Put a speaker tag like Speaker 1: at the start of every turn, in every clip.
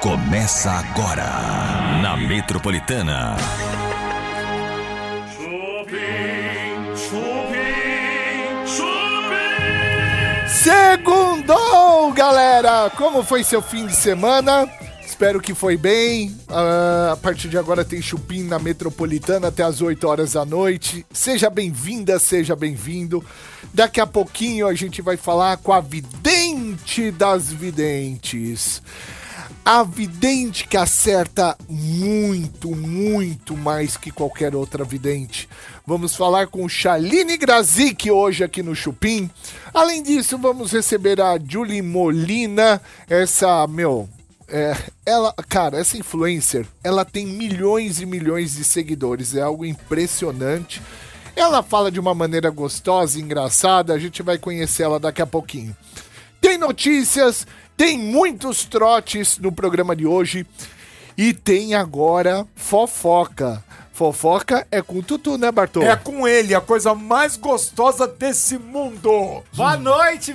Speaker 1: Começa agora na Metropolitana.
Speaker 2: Chupim, chupim, chupim.
Speaker 3: Segundou, galera! Como foi seu fim de semana? Espero que foi bem. Ah, a partir de agora tem Chupim na Metropolitana até as 8 horas da noite. Seja bem-vinda, seja bem-vindo. Daqui a pouquinho a gente vai falar com a vidente das videntes. A vidente que acerta muito, muito mais que qualquer outra vidente. Vamos falar com Shaline Grazik hoje aqui no Chupim. Além disso, vamos receber a Julie Molina, essa, meu, é, ela, cara, essa influencer, ela tem milhões e milhões de seguidores, é algo impressionante. Ela fala de uma maneira gostosa, e engraçada, a gente vai conhecer ela daqui a pouquinho. Tem notícias, tem muitos trotes no programa de hoje e tem agora fofoca. Fofoca é com o Tutu, né, Bartô?
Speaker 4: É com ele, a coisa mais gostosa desse mundo.
Speaker 5: Boa noite,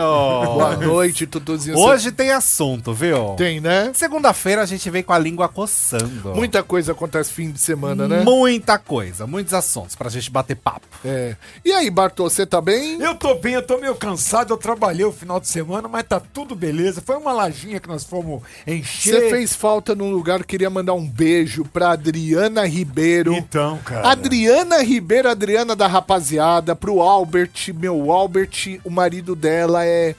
Speaker 3: Boa noite, Tutuzinho.
Speaker 5: Hoje tem assunto, viu?
Speaker 3: tem, né?
Speaker 5: Segunda-feira a gente vem com a língua coçando.
Speaker 3: Muita coisa acontece fim de semana, né?
Speaker 5: Muita coisa, muitos assuntos pra gente bater papo.
Speaker 3: É. E aí, Bartô, você tá bem?
Speaker 4: Eu tô bem, eu tô meio cansado, eu trabalhei o final de semana, mas tá tudo beleza. Foi uma lajinha que nós fomos encher.
Speaker 3: Você fez falta num lugar, queria mandar um beijo pra Adriana Ribeiro.
Speaker 4: Então, cara.
Speaker 5: Ah,
Speaker 3: Adriana Ribeiro, Adriana da rapaziada, pro Albert, meu Albert, o marido dela é.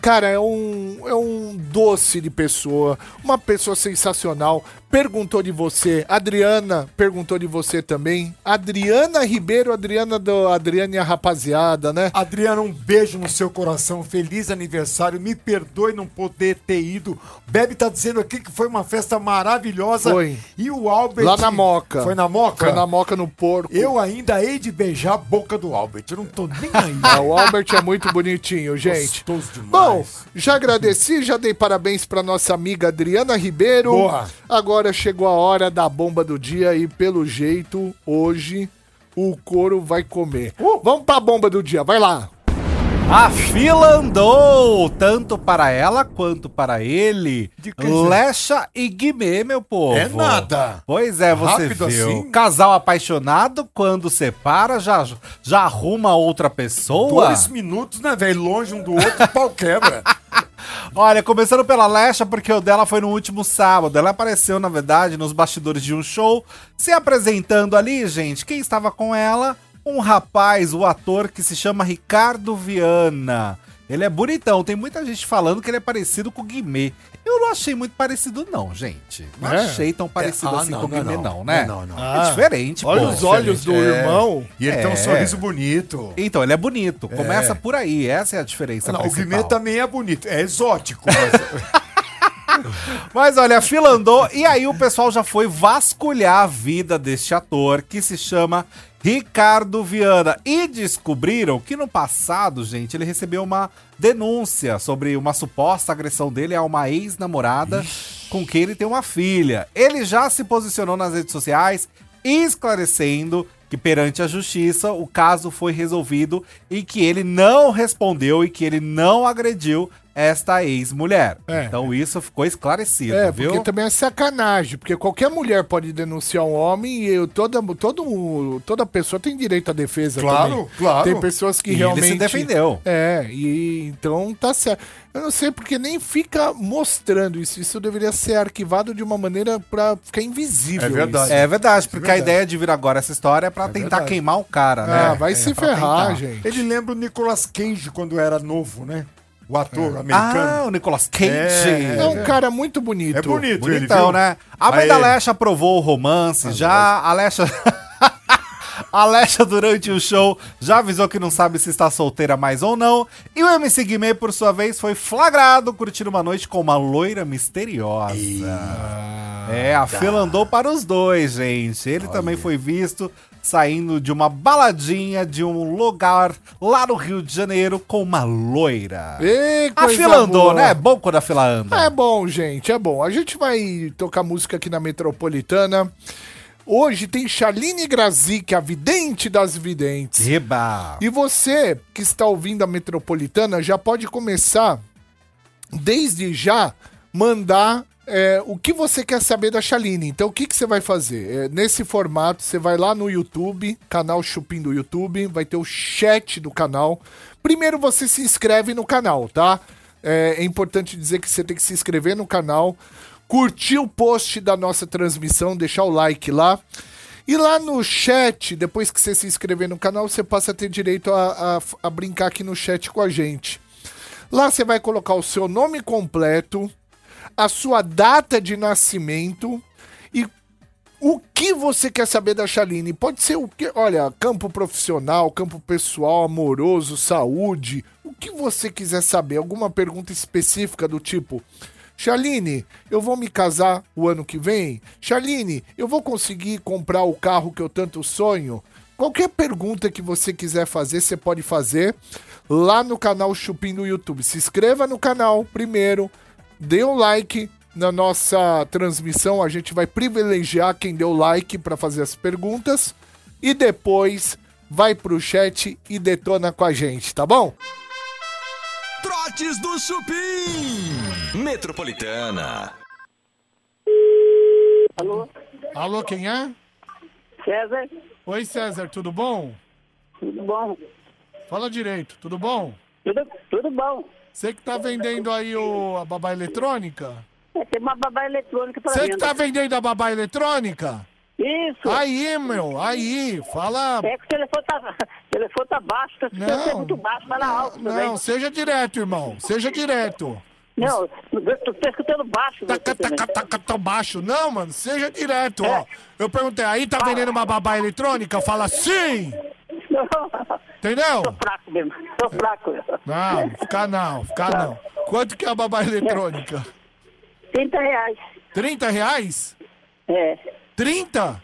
Speaker 3: Cara, é um, é um doce de pessoa, uma pessoa sensacional. Perguntou de você, Adriana perguntou de você também. Adriana Ribeiro, Adriana do Adriana e a rapaziada, né?
Speaker 4: Adriana, um beijo no seu coração, feliz aniversário. Me perdoe não poder ter ido. Bebe tá dizendo aqui que foi uma festa maravilhosa.
Speaker 3: Foi.
Speaker 4: E o Albert.
Speaker 3: Lá na Moca.
Speaker 4: Foi na Moca?
Speaker 3: Foi na moca no porco.
Speaker 4: Eu ainda hei de beijar a boca do Albert. Eu não tô nem aí.
Speaker 3: Ah, o Albert é muito bonitinho, gente.
Speaker 4: Gostoso demais.
Speaker 3: Bom, já agradeci, já dei parabéns pra nossa amiga Adriana Ribeiro.
Speaker 4: Boa.
Speaker 3: Agora chegou a hora da bomba do dia e, pelo jeito, hoje o couro vai comer.
Speaker 4: Uh!
Speaker 3: Vamos pra bomba do dia, vai lá.
Speaker 5: A fila andou, tanto para ela quanto para ele.
Speaker 4: De quem será?
Speaker 5: Lecha e Guimê, meu povo.
Speaker 4: É nada.
Speaker 5: Pois é, você
Speaker 4: Rápido
Speaker 5: viu.
Speaker 4: assim?
Speaker 5: Casal apaixonado, quando separa, já, já arruma outra pessoa.
Speaker 4: Dois minutos, né, velho? Longe um do outro, o pau quebra.
Speaker 5: Olha, começando pela Lesha, porque o dela foi no último sábado. Ela apareceu, na verdade, nos bastidores de um show, se apresentando ali, gente. Quem estava com ela? Um rapaz, o ator que se chama Ricardo Viana. Ele é bonitão, tem muita gente falando que ele é parecido com o Guimê. Eu não achei muito parecido, não, gente. Não
Speaker 3: É?
Speaker 5: achei tão parecido
Speaker 4: ah,
Speaker 5: assim
Speaker 4: não,
Speaker 5: com o
Speaker 4: não,
Speaker 5: Guimê, não,
Speaker 4: não.
Speaker 5: né?
Speaker 4: Não, não, não.
Speaker 5: É diferente,
Speaker 3: Olha
Speaker 5: pô.
Speaker 3: os olhos do
Speaker 4: é.
Speaker 3: irmão.
Speaker 4: E ele tem
Speaker 5: É.
Speaker 4: um sorriso bonito.
Speaker 5: Então, ele é bonito. Começa por aí, essa é a diferença.
Speaker 4: Não, o
Speaker 5: principal.
Speaker 4: Guimê também é bonito. É exótico. Mas...
Speaker 5: Mas olha, a fila andou e aí o pessoal já foi vasculhar a vida deste ator que se chama Ricardo Viana. E descobriram que no passado, gente, ele recebeu uma denúncia sobre uma suposta agressão dele a uma ex-namorada com quem ele tem uma filha. Ele já se posicionou nas redes sociais esclarecendo que perante a justiça o caso foi resolvido e que ele não respondeu e que ele não agrediu esta ex-mulher.
Speaker 3: É.
Speaker 5: Então isso ficou esclarecido,
Speaker 3: É,
Speaker 5: viu?
Speaker 3: porque também é sacanagem, porque qualquer mulher pode denunciar um homem e eu- toda, todo, toda pessoa tem direito à defesa
Speaker 4: Claro,
Speaker 3: também.
Speaker 4: claro.
Speaker 3: Tem pessoas que
Speaker 5: E ele se
Speaker 3: realmente...
Speaker 5: defendeu.
Speaker 3: É, e então tá certo. Eu não sei porque nem fica mostrando isso, isso deveria ser arquivado de uma maneira pra ficar invisível
Speaker 4: É verdade.
Speaker 3: isso.
Speaker 5: É verdade, porque a ideia de vir agora essa história é pra tentar
Speaker 4: verdade.
Speaker 5: queimar o cara, né?
Speaker 3: Ah, vai se
Speaker 5: pra
Speaker 3: ferrar,
Speaker 5: tentar.
Speaker 3: gente.
Speaker 4: Ele lembra o Nicolas Cage quando era novo, né? O ator
Speaker 5: Ah,
Speaker 4: americano.
Speaker 5: o Nicolas Cage.
Speaker 4: É,
Speaker 3: É um cara muito bonito.
Speaker 4: é bonito ele, viu?
Speaker 5: Bonitão,
Speaker 4: É
Speaker 5: né? A mãe
Speaker 4: Aí.
Speaker 5: da Alexa aprovou o romance, já a Alexa... A Alexa, durante o show, já avisou que não sabe se está solteira mais ou não. E o MC Guimê, por sua vez, foi flagrado curtindo uma noite com uma loira misteriosa. É, a fila andou para os dois, gente. Ele também foi visto saindo de uma baladinha de um lugar lá no Rio de Janeiro com uma loira.
Speaker 3: Ei,
Speaker 5: A
Speaker 3: coisa
Speaker 5: fila andou,
Speaker 3: boa.
Speaker 5: né? É bom quando a fila anda.
Speaker 3: É bom, gente, é bom. A gente vai tocar música aqui na Metropolitana. Hoje tem Shaline Grazik, a vidente das
Speaker 4: É.
Speaker 3: videntes.
Speaker 5: Eba!
Speaker 3: E você que está ouvindo a Metropolitana já pode começar, desde já, mandar é, o que você quer saber da Chaline. Então, o que, que você vai fazer? É, nesse formato, você vai lá no YouTube, canal Chupim do YouTube, vai ter o chat do canal. Primeiro, você se inscreve no canal, tá? É, é importante dizer que você tem que se inscrever no canal, curtir o post da nossa transmissão, deixar o like lá. E lá no chat, depois que você se inscrever no canal, você passa a ter direito a, a, a brincar aqui no chat com a gente. Lá você vai colocar o seu nome completo, a sua data de nascimento e o que você quer saber da Chaline. Pode ser o que, olha, campo profissional, campo pessoal, amoroso, saúde, o que você quiser saber. Alguma pergunta específica do tipo. Chaline, eu vou me casar o ano que vem? Chaline, eu vou conseguir comprar o carro que eu tanto sonho? Qualquer pergunta que você quiser fazer, você pode fazer lá no canal Chupim no YouTube. Se inscreva no canal primeiro, dê um like na nossa transmissão. A gente vai privilegiar quem deu like para fazer as perguntas. E depois vai pro chat e detona com a gente, tá bom?
Speaker 1: Trotes do Chupim. Metropolitana.
Speaker 6: Alô,
Speaker 3: Alô, quem é?
Speaker 6: César,
Speaker 3: Oi, César, tudo bom?
Speaker 6: tudo bom?
Speaker 3: Fala direito, tudo bom?
Speaker 6: Tudo, tudo bom.
Speaker 3: Você que tá vendendo aí o, a babá eletrônica?
Speaker 6: É, tem uma babá eletrônica pra
Speaker 3: Você que
Speaker 6: venda.
Speaker 3: tá vendendo a babá eletrônica?
Speaker 6: Isso.
Speaker 3: Aí, meu, aí, fala.
Speaker 6: É que o telefone tá, o telefone tá baixo, tá
Speaker 3: Não.
Speaker 6: é muito baixo, vai na alto também.
Speaker 3: Não, seja direto, irmão, seja direto.
Speaker 6: Não, eu tô escutando baixo.
Speaker 3: Taca,
Speaker 6: você
Speaker 3: taca,
Speaker 6: também.
Speaker 3: taca, tão baixo. Não, mano, seja direto, ó.
Speaker 6: É.
Speaker 3: Eu perguntei, aí
Speaker 6: Ah.
Speaker 3: tá vendendo uma babá eletrônica? Fala sim! tá.
Speaker 6: Não,
Speaker 3: Entendeu?
Speaker 6: tô fraco mesmo, tô fraco.
Speaker 3: Não, ficar não, ficar não. Quanto que é a babá eletrônica?
Speaker 6: 30 reais.
Speaker 3: 30 reais?
Speaker 6: É,
Speaker 3: 30?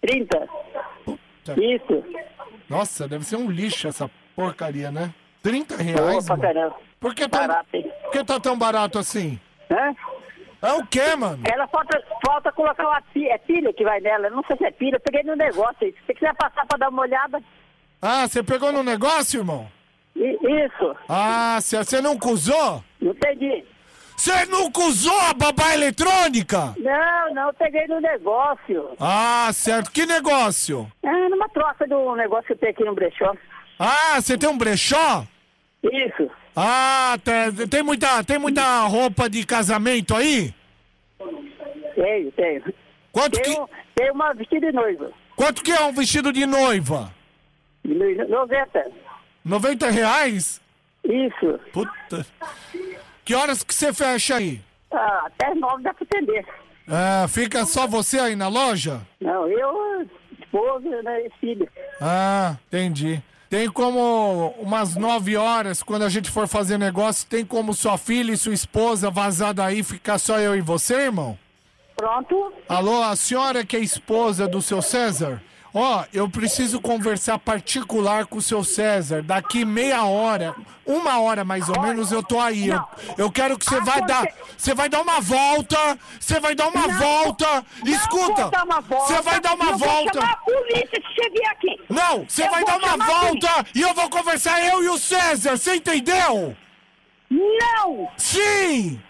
Speaker 6: 30. Isso.
Speaker 3: Nossa, deve ser um lixo essa porcaria, né? 30
Speaker 6: Boa
Speaker 3: reais,
Speaker 6: pra
Speaker 3: mano?
Speaker 6: caramba.
Speaker 3: Por que, tão,
Speaker 6: Barato, hein?
Speaker 3: por que tá tão barato assim?
Speaker 6: Hã?
Speaker 3: É o quê, mano?
Speaker 6: Ela falta, falta colocar uma pilha, é pilha que vai nela. Não sei se é pilha, eu peguei no negócio aí. Se você quiser passar pra dar uma olhada,
Speaker 3: Ah, você pegou no negócio, irmão?
Speaker 6: i- isso.
Speaker 3: Ah, se você nunca usou?
Speaker 6: Não entendi.
Speaker 3: Você nunca usou a babá eletrônica?
Speaker 6: Não, não, eu peguei no negócio.
Speaker 3: Ah, certo. Que negócio?
Speaker 6: É numa troca de um negócio que tem aqui no brechó.
Speaker 3: Ah, você tem um brechó?
Speaker 6: Isso.
Speaker 3: Ah, tem, tem muita, tem muita roupa de casamento aí?
Speaker 6: Tenho, tenho.
Speaker 3: Quanto que,
Speaker 6: Tem, um, tem uma vestida de noiva.
Speaker 3: quanto que é um vestido de noiva?
Speaker 6: de no- 90.
Speaker 3: 90 reais?
Speaker 6: Isso.
Speaker 3: Puta. Que horas que você fecha aí?
Speaker 6: Ah, até nove dá pra atender.
Speaker 3: Ah, fica só você aí na loja?
Speaker 6: Não, eu, esposa, né, e filho.
Speaker 3: Ah, entendi. Tem como umas 9 horas, quando a gente for fazer negócio, tem como sua filha e sua esposa vazar daí e ficar só eu e você, irmão?
Speaker 6: Pronto.
Speaker 3: Alô, a senhora que é esposa do seu César? Ó, eu preciso conversar particular com o seu César. Daqui meia hora, uma hora mais ou menos, eu tô aí. Eu,
Speaker 6: não.
Speaker 3: eu quero que você
Speaker 6: Ah,
Speaker 3: vai
Speaker 6: você-
Speaker 3: dar. Você vai dar uma volta! Você vai dar uma
Speaker 6: Não,
Speaker 3: volta!
Speaker 6: não
Speaker 3: Escuta!
Speaker 6: vou dar uma volta.
Speaker 3: Você vai dar uma
Speaker 6: Eu vou
Speaker 3: volta!
Speaker 6: chamar a polícia que cheguei aqui.
Speaker 3: Não, você
Speaker 6: Eu
Speaker 3: vai
Speaker 6: vou
Speaker 3: dar uma
Speaker 6: chamar a polícia.
Speaker 3: volta e eu vou conversar eu e o César, você entendeu?
Speaker 6: Não,
Speaker 3: Sim!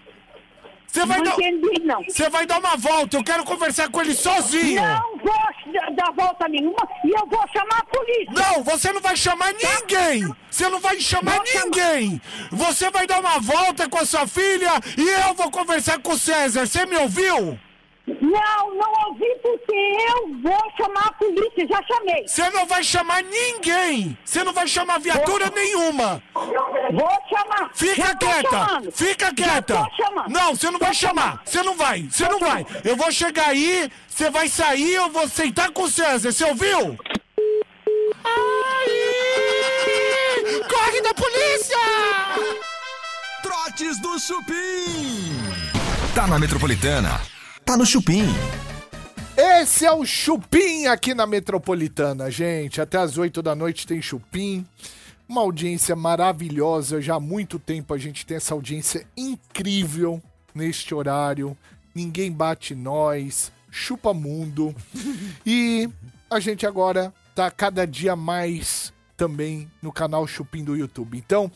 Speaker 3: Você vai
Speaker 6: não
Speaker 3: dar,
Speaker 6: entendi, não.
Speaker 3: você vai dar uma volta, eu quero conversar com ele sozinho.
Speaker 6: Não vou dar- dar volta nenhuma e eu vou chamar a polícia.
Speaker 3: Não, você não vai chamar ninguém. Você não vai chamar
Speaker 6: Vou chamar.
Speaker 3: ninguém. Você vai dar uma volta com a sua filha e eu vou conversar com o César. Você me ouviu?
Speaker 6: Não, não ouvi porque eu vou chamar a polícia, já chamei.
Speaker 3: Você não vai chamar ninguém. Você não vai chamar viatura nenhuma.
Speaker 6: Vou chamar.
Speaker 3: Fica
Speaker 6: Já tô
Speaker 3: quieta!
Speaker 6: chamando.
Speaker 3: Fica
Speaker 6: Já
Speaker 3: quieta!
Speaker 6: tô chamando.
Speaker 3: Não, você não vai chamar! Você não vai! Você não vai! Eu vou chegar aí, você vai sair, eu vou sentar com o César, você ouviu? Ai! Corre da polícia!
Speaker 1: Trotes do Chupim. Tá na Metropolitana. Tá no Chupim.
Speaker 3: Esse é o Chupim aqui na Metropolitana, gente. Até às 8 da noite tem Chupim. Uma audiência maravilhosa. Já há muito tempo a gente tem essa audiência incrível neste horário. Ninguém bate nós. Chupa mundo. E a gente agora tá cada dia mais também no canal Chupim do YouTube. Então,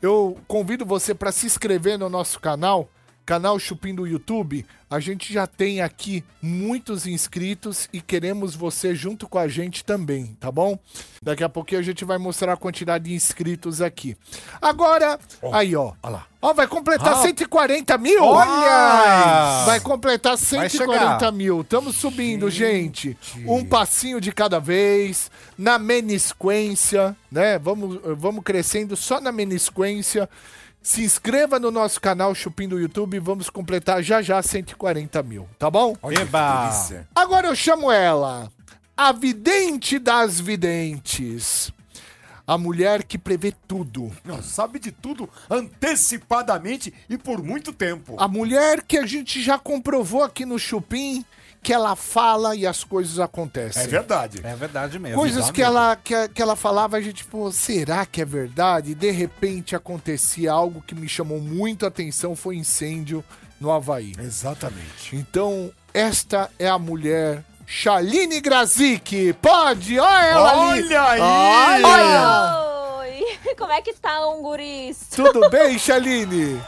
Speaker 3: eu convido você para se inscrever no nosso canal. canal Chupim do YouTube, a gente já tem aqui muitos inscritos e queremos você junto com a gente também, tá bom? Daqui a pouquinho a gente vai mostrar a quantidade de inscritos aqui. Agora, aí ó. Olha lá. Ó, vai completar 140 mil?
Speaker 5: Olha!
Speaker 3: Vai completar
Speaker 5: chegar.
Speaker 3: 140 mil. Estamos subindo, gente. Um passinho de cada vez. Na menisquência, né? Vamos, vamos crescendo só na menisquência. Se inscreva no nosso canal Chupim do YouTube. Vamos completar já já 140 mil, tá bom?
Speaker 5: Eba!
Speaker 3: Agora eu chamo ela. A vidente das videntes. A mulher que prevê tudo.
Speaker 4: Não, sabe de tudo antecipadamente e por muito tempo.
Speaker 3: A mulher que a gente já comprovou aqui no Chupim que ela fala e as coisas acontecem.
Speaker 4: É verdade.
Speaker 5: É verdade mesmo.
Speaker 3: Coisas que ela, que, que ela falava, a gente, pô, será que é verdade? E de repente acontecia algo que me chamou muito a atenção, foi incêndio no Havaí.
Speaker 4: Exatamente.
Speaker 3: Então, esta é a mulher Shaline Grazik. Pode! Olha ela ali!
Speaker 4: Olha aí!
Speaker 3: Olha!
Speaker 7: Oi! Como é que tá, guris?
Speaker 3: Tudo bem, Shaline?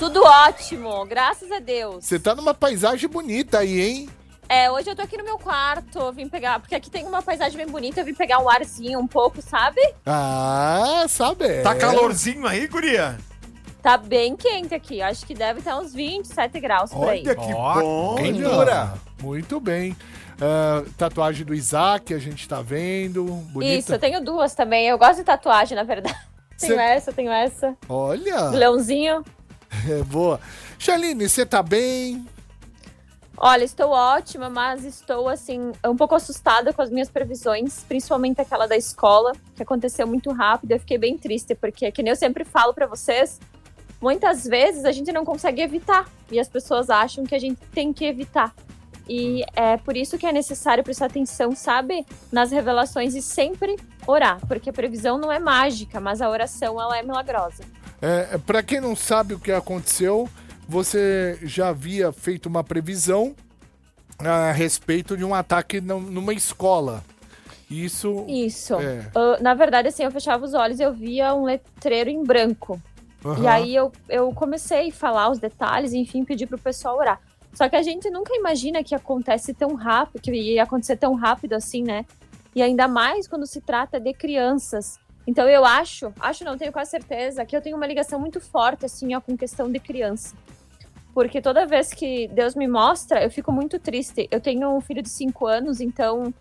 Speaker 7: Tudo ótimo, graças a Deus.
Speaker 3: Você tá numa paisagem bonita aí, hein?
Speaker 7: É, hoje eu tô aqui no meu quarto, eu vim pegar, porque aqui tem uma paisagem bem bonita, eu vim pegar um arzinho um pouco, sabe?
Speaker 3: Ah, sabe?
Speaker 4: Tá calorzinho aí, guria?
Speaker 7: Tá bem quente aqui, acho que deve estar uns 27 graus por aí.
Speaker 4: Olha que
Speaker 5: Ó,
Speaker 4: bom!
Speaker 5: quem
Speaker 3: Olha,
Speaker 5: dura?
Speaker 3: Muito bem. Ah, tatuagem do Isaac, a gente tá vendo. Bonita.
Speaker 7: Isso, eu tenho duas também, eu gosto de tatuagem, na verdade. Tenho
Speaker 3: Cê- Ah.
Speaker 7: essa, tenho essa.
Speaker 3: Olha.
Speaker 7: Do Leãozinho.
Speaker 3: É boa. Shaline, você tá bem?
Speaker 7: Olha, estou ótima, mas estou, assim, um pouco assustada com as minhas previsões, principalmente aquela da escola, que aconteceu muito rápido. Eu fiquei bem triste, porque, que nem eu sempre falo pra vocês, muitas vezes a gente não consegue evitar, e as pessoas acham que a gente tem que evitar. E é por isso que é necessário prestar atenção, sabe, nas revelações e sempre orar, porque a previsão não é mágica, mas a oração, ela é milagrosa.
Speaker 3: É, para quem não sabe o que aconteceu, você já havia feito uma previsão a respeito de um ataque num- numa escola. Isso.
Speaker 7: Isso.
Speaker 3: É.
Speaker 7: Ah, na verdade, assim, eu fechava os olhos e eu via um letreiro em branco. E
Speaker 3: Aham.
Speaker 7: aí eu, eu comecei a falar os detalhes, enfim, pedi pro pessoal orar. Só que a gente nunca imagina que acontece tão rápido, que ia acontecer tão rápido assim, né? E ainda mais quando se trata de crianças. Então eu acho, acho não, tenho quase certeza, que eu tenho uma ligação muito forte, assim, ó, com questão de criança. Porque toda vez que Deus me mostra, eu fico muito triste. Eu tenho um filho de cinco anos, então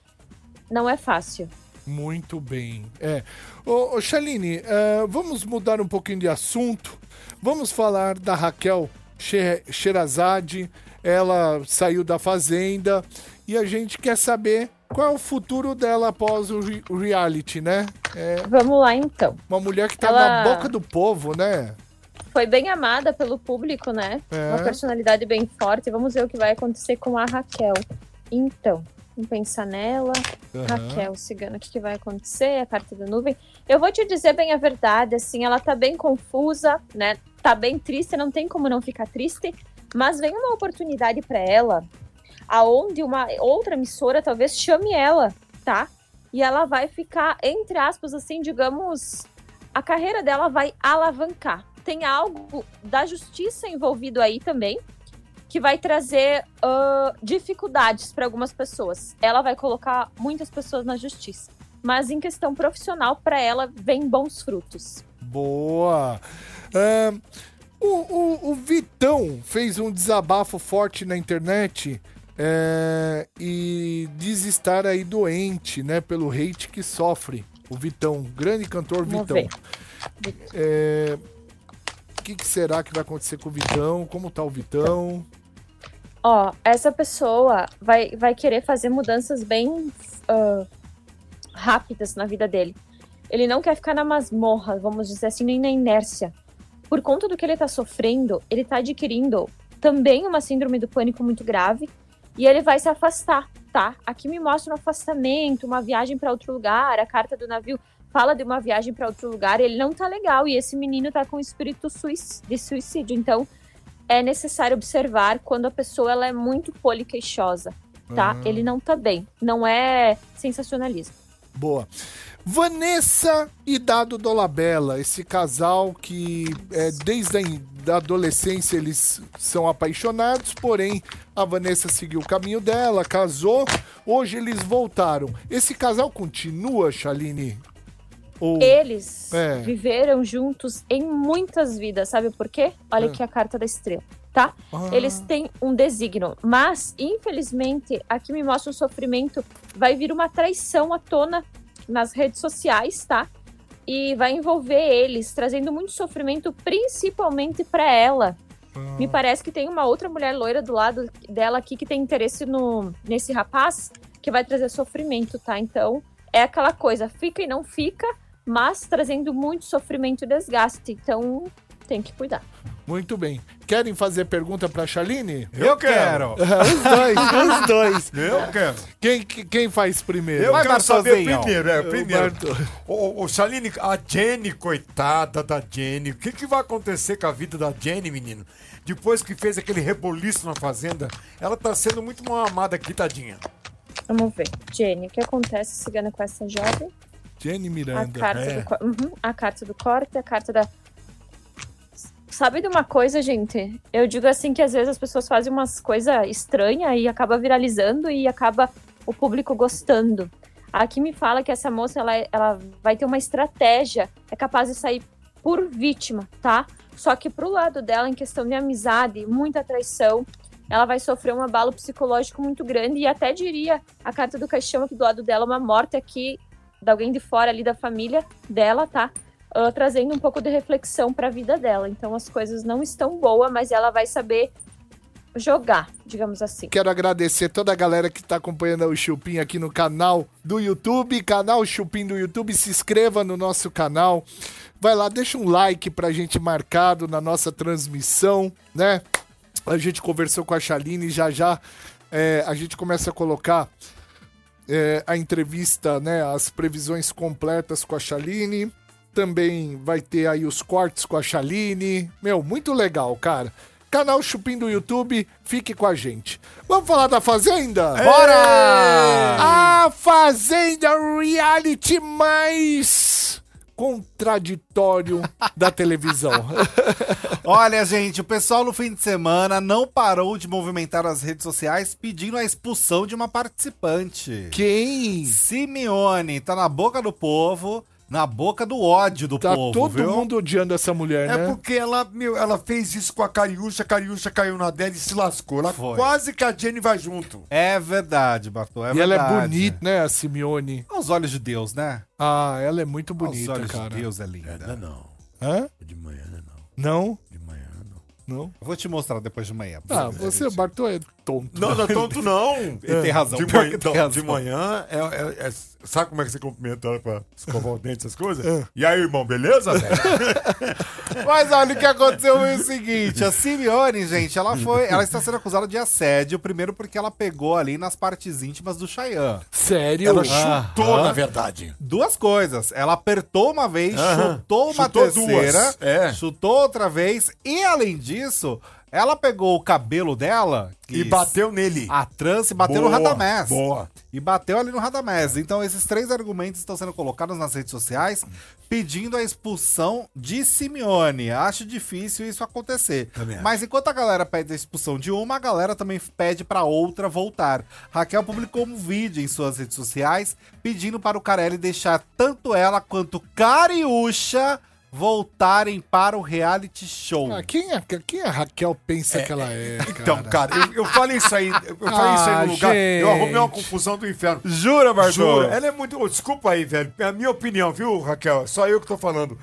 Speaker 7: não é fácil.
Speaker 3: Muito bem. É. Ô, ô Shaline, ah, vamos mudar um pouquinho de assunto. Vamos falar da Raquel She- Sherazade. Ela saiu da Fazenda e a gente quer saber qual é o futuro dela após o re- o reality, né? É,
Speaker 7: Vamos lá então.
Speaker 3: Uma mulher que tá
Speaker 7: Ela-
Speaker 3: na boca do povo, né?
Speaker 7: foi bem amada pelo público, né?
Speaker 3: É.
Speaker 7: Uma personalidade bem forte. Vamos ver o que vai acontecer com a Raquel. Então, vamos pensar nela. Raquel, cigana, o que, que vai acontecer? A carta da nuvem. Eu vou te dizer bem a verdade, assim, ela tá bem confusa, né? Tá bem triste, não tem como não ficar triste. Mas vem uma oportunidade pra ela, aonde uma outra emissora talvez chame ela, tá? E ela vai ficar, entre aspas, assim, digamos, a carreira dela vai alavancar. Tem algo da justiça envolvido aí também, que vai trazer ah, dificuldades para algumas pessoas. Ela vai colocar muitas pessoas na justiça. Mas em questão profissional, para ela, vem bons frutos.
Speaker 3: Boa. Ahn, o, o- o Vitão fez um desabafo forte na internet é, e diz estar aí doente, né? Pelo hate que sofre. O Vitão, grande cantor
Speaker 7: Vamos
Speaker 3: Vitão.
Speaker 7: ver.
Speaker 3: É, O que, que será que vai acontecer com o Vitão? Como tá o Vitão?
Speaker 7: Ó, essa pessoa vai, vai querer fazer mudanças bem ah, rápidas na vida dele. Ele não quer ficar na masmorra, vamos dizer assim, nem na inércia. Por conta do que ele tá sofrendo, ele tá adquirindo também uma síndrome do pânico muito grave e ele vai se afastar, tá? Aqui me mostra um afastamento, uma viagem pra outro lugar, a carta do navio fala de uma viagem pra outro lugar, ele não tá legal e esse menino tá com espírito suic- de suicídio, então é necessário observar quando a pessoa ela é muito poliqueixosa, tá? Ele não tá bem, não é sensacionalismo.
Speaker 3: Boa. Vanessa e Dado Dolabella, esse casal que é, desde a in- da adolescência eles são apaixonados, porém a Vanessa seguiu o caminho dela, casou. Hoje eles voltaram. Esse casal continua, Chaline? Ou...
Speaker 7: Eles
Speaker 3: É.
Speaker 7: viveram juntos em muitas vidas, sabe por quê? Olha aqui a carta da estrela, tá? Eles têm um designo, mas infelizmente aqui me mostra um sofrimento, vai vir uma traição à tona nas redes sociais, tá? E vai envolver eles, trazendo muito sofrimento, principalmente pra ela. Me parece que tem uma outra mulher loira do lado dela aqui que tem interesse no, nesse rapaz, que vai trazer sofrimento, tá? Então, é aquela coisa, fica e não fica, mas trazendo muito sofrimento e desgaste. Então, tem que cuidar.
Speaker 3: Muito bem. Querem fazer pergunta pra Chaline?
Speaker 5: Eu, quero.
Speaker 3: os dois, os dois.
Speaker 4: Eu quero.
Speaker 3: Quem, quem faz primeiro?
Speaker 4: Eu
Speaker 5: Vai,
Speaker 4: quero saber
Speaker 5: Bartosinho.
Speaker 4: primeiro, é,
Speaker 3: O
Speaker 4: primeiro.
Speaker 3: Bartô.
Speaker 4: Ô, ô, Chaline, a Jenny, coitada da Jenny, o que, que vai acontecer com a vida da Jenny, menino? Depois que fez aquele reboliço na fazenda, ela tá sendo muito mal amada aqui, tadinha.
Speaker 7: Vamos ver. Jenny, o que acontece cigana com essa jovem?
Speaker 3: Jenny
Speaker 7: A
Speaker 3: Miranda.
Speaker 7: carta,
Speaker 4: é.
Speaker 7: do, co- Uhum, a carta do corte, a carta da. Sabe de uma coisa, gente? Eu digo assim que às vezes as pessoas fazem umas coisas estranhas e acaba viralizando e acaba o público gostando. Aqui me fala que essa moça ela, é, ela vai ter uma estratégia, é capaz de sair por vítima, tá? Só que pro lado dela, em questão de amizade, muita traição, ela vai sofrer um abalo psicológico muito grande e até diria a carta do caixão aqui do lado dela, uma morte aqui de alguém de fora ali da família dela, tá? Ah, trazendo um pouco de reflexão para a vida dela. Então as coisas não estão boas, mas ela vai saber jogar, digamos assim.
Speaker 3: Quero agradecer toda a galera que está acompanhando o Chupim aqui no canal do YouTube, canal Chupim do YouTube. Se inscreva no nosso canal. Vai lá, deixa um like pra gente marcado na nossa transmissão, né? A gente conversou com a Chaline, já já é, a gente começa a colocar é, a entrevista, né? As previsões completas com a Chaline. Também vai ter aí os cortes com a Chaline. Meu, muito legal, cara. Canal Chupim do YouTube, fique com a gente. Vamos falar da Fazenda?
Speaker 5: Bora!
Speaker 3: A Fazenda Reality mais contraditório da televisão.
Speaker 5: Olha, gente, o pessoal no fim de semana não parou de movimentar as redes sociais pedindo a expulsão de uma participante.
Speaker 3: Quem?
Speaker 5: Simeone tá na boca do povo, na boca do ódio do
Speaker 3: Tá
Speaker 5: povo,
Speaker 3: todo
Speaker 5: viu?
Speaker 3: mundo odiando essa mulher,
Speaker 4: É
Speaker 3: né?
Speaker 4: porque ela, meu, ela fez isso com a Cariúcha, a Cariúcha caiu na dela e se lascou. Ela
Speaker 5: Foi.
Speaker 4: quase que a Jenny vai junto.
Speaker 5: É verdade, Bartô, é
Speaker 3: E ela
Speaker 5: verdade.
Speaker 3: é bonita, né, a Simeone?
Speaker 5: Aos olhos de Deus, né?
Speaker 3: Ah, ela é muito bonita,
Speaker 5: Aos olhos
Speaker 3: cara.
Speaker 5: de Deus é linda.
Speaker 4: não.
Speaker 3: Hã?
Speaker 4: De manhã, não.
Speaker 3: Não?
Speaker 4: De manhã, não.
Speaker 3: Não?
Speaker 5: Eu Vou te mostrar depois de manhã.
Speaker 3: Ah, você, Bartô, é tonto.
Speaker 4: Não, não é tonto, não.
Speaker 5: Ele tem razão,
Speaker 4: É. De
Speaker 5: pior
Speaker 4: manhã,
Speaker 5: que tem
Speaker 4: não,
Speaker 5: razão.
Speaker 4: de manhã é, é- é- Sabe como é que você cumprimenta ela pra escovar o dente, essas
Speaker 5: É.
Speaker 4: coisas? E aí, irmão, beleza?
Speaker 5: Mas olha, o que aconteceu foi o seguinte: a Simeone, gente, ela foi. Ela está sendo acusada de assédio, primeiro porque ela pegou ali nas partes íntimas do Chayanne.
Speaker 3: Sério?
Speaker 4: ela
Speaker 5: Aham.
Speaker 4: chutou, na verdade.
Speaker 5: Duas coisas. Ela apertou uma vez,
Speaker 4: Aham.
Speaker 5: chutou uma
Speaker 4: Chutou
Speaker 5: terceira,
Speaker 4: duas, é.
Speaker 5: chutou outra vez, e além disso, ela pegou o cabelo dela
Speaker 4: E
Speaker 5: que
Speaker 4: bateu nele.
Speaker 3: Ah,
Speaker 5: a trança e bateu no
Speaker 4: Boa,
Speaker 5: Radamés.
Speaker 4: boa.
Speaker 5: E bateu ali no Radamés. Então, esses três argumentos estão sendo colocados nas redes sociais pedindo a expulsão de Simeone. Acho difícil isso acontecer.
Speaker 4: Também acho.
Speaker 5: Mas enquanto a galera pede a expulsão de uma, a galera também pede pra outra voltar. Raquel publicou um vídeo em suas redes sociais pedindo para o Carelli deixar tanto ela quanto Cariúcha voltarem para o reality show.
Speaker 3: Ah, quem, é, quem a Raquel pensa que ela é, cara?
Speaker 4: Então, cara, eu, eu falei isso aí, eu falei isso aí
Speaker 3: Ah,
Speaker 4: no lugar,
Speaker 3: gente.
Speaker 4: eu arrumei uma confusão do inferno.
Speaker 5: Jura,
Speaker 4: Juro, ela é muito. Ô, Desculpa aí, velho. É a minha opinião, viu, Raquel? É Só eu que tô falando.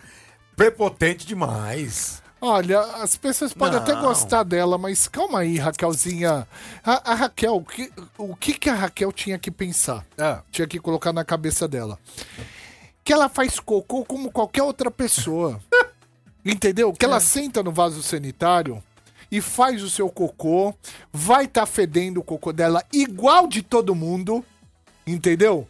Speaker 4: Prepotente demais.
Speaker 3: Olha, as pessoas podem até gostar dela, mas calma aí, Raquelzinha. A, a Raquel, o que, o que que a Raquel tinha que pensar?
Speaker 4: É.
Speaker 5: Ah.
Speaker 3: Tinha que colocar na cabeça dela. Que ela faz cocô como qualquer outra pessoa. Entendeu? Que
Speaker 4: É.
Speaker 3: ela senta no vaso sanitário e faz o seu cocô, vai tá fedendo o cocô dela igual de todo mundo, entendeu?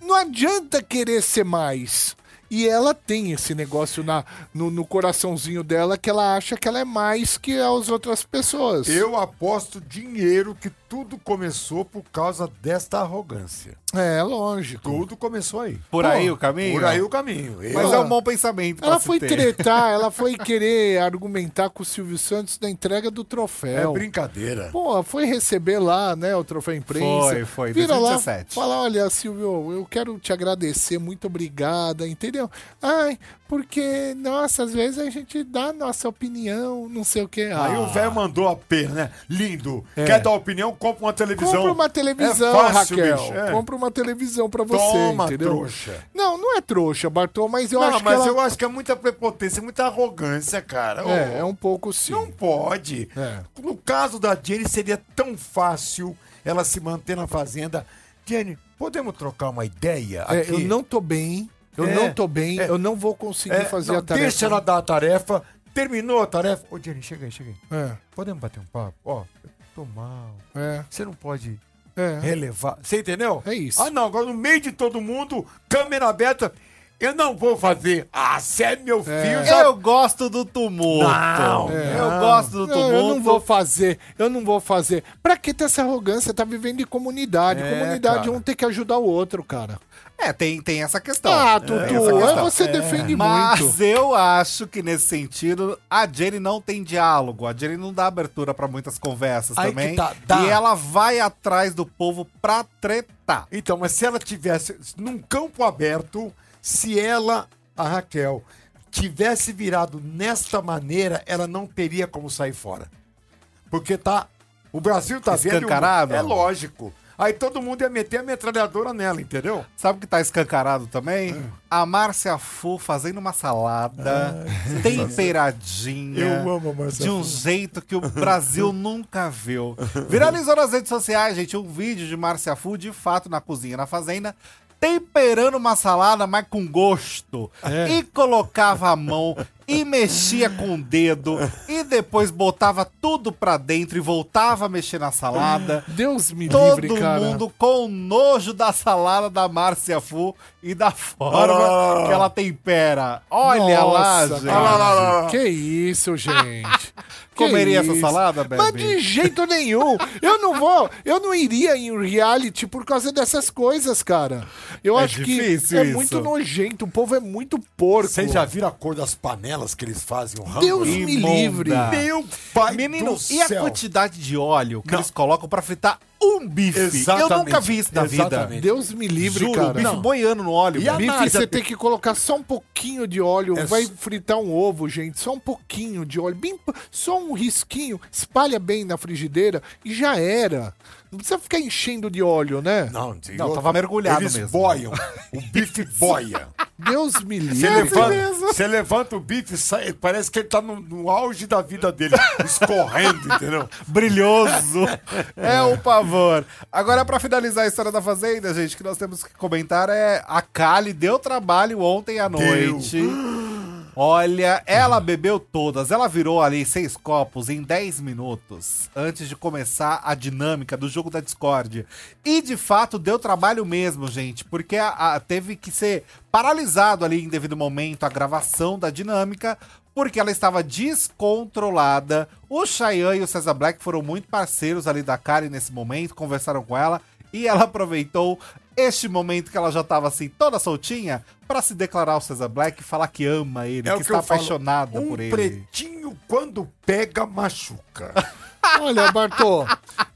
Speaker 3: Não adianta querer ser mais. E ela tem esse negócio na, no, no coraçãozinho dela que ela acha que ela é mais que as outras pessoas.
Speaker 4: Eu aposto dinheiro que
Speaker 3: tudo começou por causa desta arrogância.
Speaker 4: É, lógico.
Speaker 3: Tudo começou aí.
Speaker 5: Por aí o caminho?
Speaker 3: Por aí o caminho. Eu-
Speaker 5: Mas é um bom pensamento. pra
Speaker 4: Ela
Speaker 5: se
Speaker 4: foi
Speaker 5: ter.
Speaker 4: tretar, ela foi querer argumentar com o Silvio Santos na entrega do
Speaker 3: É
Speaker 4: troféu.
Speaker 3: brincadeira.
Speaker 4: Pô, foi receber lá, né, o troféu imprensa.
Speaker 5: Foi, foi,
Speaker 4: Vira lá,
Speaker 5: 2017.
Speaker 4: fala, olha, Silvio, eu quero te agradecer, muito obrigada, entendeu? Ai, porque, nossa, às vezes a gente dá a nossa opinião, não sei o que. Ah,
Speaker 3: Aí o velho mandou a pena, né? Lindo. Quer dar opinião? Compra uma televisão.
Speaker 4: Compra uma televisão,
Speaker 3: É fácil,
Speaker 4: Raquel.
Speaker 3: bicho, é.
Speaker 4: Compra uma televisão pra você,
Speaker 3: Toma,
Speaker 4: entendeu?
Speaker 3: trouxa.
Speaker 4: Não, não é trouxa, Bartô, mas eu
Speaker 3: Não,
Speaker 4: acho
Speaker 3: mas
Speaker 4: que ela...
Speaker 3: eu acho que é muita prepotência, muita arrogância, cara.
Speaker 4: É,
Speaker 3: Ô,
Speaker 4: é um pouco sim.
Speaker 3: Não pode.
Speaker 4: É.
Speaker 3: No caso da Jenny, seria tão fácil ela se manter na fazenda. Jenny, podemos trocar uma ideia
Speaker 4: É,
Speaker 3: aqui?
Speaker 4: eu não tô bem, eu
Speaker 3: É,
Speaker 4: não tô bem,
Speaker 3: é.
Speaker 4: eu não vou conseguir
Speaker 3: É,
Speaker 4: fazer
Speaker 3: não,
Speaker 4: a tarefa.
Speaker 3: Deixa ela dar a tarefa. Terminou a tarefa. Ô, Jenny, chega aí, chega aí.
Speaker 4: É,
Speaker 3: Podemos bater um papo? Ó, eu tô mal.
Speaker 4: é,
Speaker 3: Você não pode
Speaker 4: é.
Speaker 3: relevar. Você entendeu?
Speaker 4: É isso.
Speaker 3: Ah, não. Agora, no meio de todo mundo, câmera aberta. Eu não vou fazer. Ah, você é meu filho. já-
Speaker 5: Eu gosto do tumulto. É,
Speaker 3: Não,
Speaker 5: eu gosto do
Speaker 4: Não,
Speaker 5: tumulto.
Speaker 4: eu não vou fazer, eu não vou fazer. Pra que ter essa arrogância? Tá vivendo em comunidade.
Speaker 5: É,
Speaker 4: comunidade,
Speaker 5: cara.
Speaker 4: um tem que ajudar o outro, cara.
Speaker 5: É, tem, tem essa questão.
Speaker 4: ah, Tutu,
Speaker 5: tem essa questão.
Speaker 4: você
Speaker 3: É.
Speaker 4: defende
Speaker 5: Mas
Speaker 4: muito.
Speaker 5: eu acho que nesse sentido a Jenny não tem diálogo, a Jenny não dá abertura pra muitas conversas
Speaker 3: Aí
Speaker 5: também.
Speaker 3: que tá, dá.
Speaker 5: E ela vai atrás do povo pra tretar.
Speaker 3: Então, mas se ela tivesse num campo aberto, se ela, a Raquel, tivesse virado nesta maneira, ela não teria como sair fora. Porque tá. O Brasil tá vendo.
Speaker 5: Escancarado?
Speaker 3: É lógico. Aí todo mundo ia meter a metralhadora nela, entendeu?
Speaker 5: Sabe o que tá escancarado também?
Speaker 3: É.
Speaker 5: A Márcia Fu fazendo uma salada temperadinha.
Speaker 3: Ah, Eu amo a Márcia
Speaker 5: De um jeito que o Brasil nunca viu. Viralizou nas redes sociais, gente, um vídeo de Márcia Fu, de fato, na cozinha, na fazenda, temperando uma salada, mas com gosto.
Speaker 3: É.
Speaker 5: E colocava a mão. E mexia com o dedo, e depois botava tudo pra dentro e voltava a mexer na salada.
Speaker 4: Deus me
Speaker 5: Todo
Speaker 4: livre, cara.
Speaker 5: mundo com nojo da salada da Márcia Fu e da forma que ela tempera. Olha lá,
Speaker 4: Ah. Nossa,
Speaker 5: gente.
Speaker 4: cara. Ah, Que isso, gente. Que
Speaker 5: Comeria essa salada, Bebe?
Speaker 4: Mas de jeito nenhum. Eu não vou, eu não iria em reality por causa dessas coisas, cara. Eu
Speaker 5: É
Speaker 4: acho que
Speaker 5: difícil
Speaker 4: é
Speaker 5: isso.
Speaker 4: muito nojento. O povo é muito porco.
Speaker 3: Vocês já viram a cor das panelas que eles fazem o rango?
Speaker 4: Deus
Speaker 3: hein?
Speaker 4: me
Speaker 5: Imunda.
Speaker 4: livre.
Speaker 3: Meu pai
Speaker 5: Menino,
Speaker 3: do
Speaker 5: e a
Speaker 3: céu.
Speaker 5: quantidade de óleo que
Speaker 3: Não.
Speaker 5: eles colocam pra fritar um bife? Eu
Speaker 3: Exatamente.
Speaker 5: nunca vi isso na vida.
Speaker 3: Exatamente.
Speaker 4: Deus me livre,
Speaker 5: Juro, o
Speaker 4: um cara.
Speaker 5: bife boiando no óleo.
Speaker 3: E a
Speaker 5: bife
Speaker 4: Bife,
Speaker 3: Mas
Speaker 4: você
Speaker 3: a-
Speaker 4: tem que colocar só um pouquinho de óleo.
Speaker 3: É
Speaker 4: Vai
Speaker 3: só-
Speaker 4: fritar um ovo, gente. Só um pouquinho de óleo. Bem, p- só um risquinho. Espalha bem na frigideira e já era. Não precisa ficar enchendo de óleo, né?
Speaker 3: Não, tem
Speaker 5: Não,
Speaker 3: outra.
Speaker 5: tava mergulhado
Speaker 3: Eles
Speaker 5: mesmo.
Speaker 3: boiam. O bife boia.
Speaker 4: Deus me
Speaker 3: Você
Speaker 4: livre.
Speaker 3: levanta, você levanta o bife, sai, parece que ele tá no, no auge da vida dele, escorrendo, entendeu?
Speaker 5: brilhoso. É um pavor. Agora, pra finalizar a história da Fazenda, gente, o que nós temos que comentar é a Kali deu trabalho ontem à noite. Olha, ela bebeu todas. Ela virou ali seis copos em 10 minutos antes de começar a dinâmica do jogo da Discord. E de fato deu trabalho mesmo, gente, porque a- a- teve que ser paralisado ali em devido momento a gravação da dinâmica, porque ela estava descontrolada. O Cheyenne e o César Black foram muito parceiros ali da Karen nesse momento, conversaram com ela e ela aproveitou este momento que ela já estava assim toda soltinha pra se declarar ao César Black e falar que ama ele, É que, está
Speaker 3: É eu falo,
Speaker 5: apaixonada
Speaker 3: um
Speaker 5: por ele.
Speaker 3: pretinho quando pega, machuca.
Speaker 4: Olha, Bartô,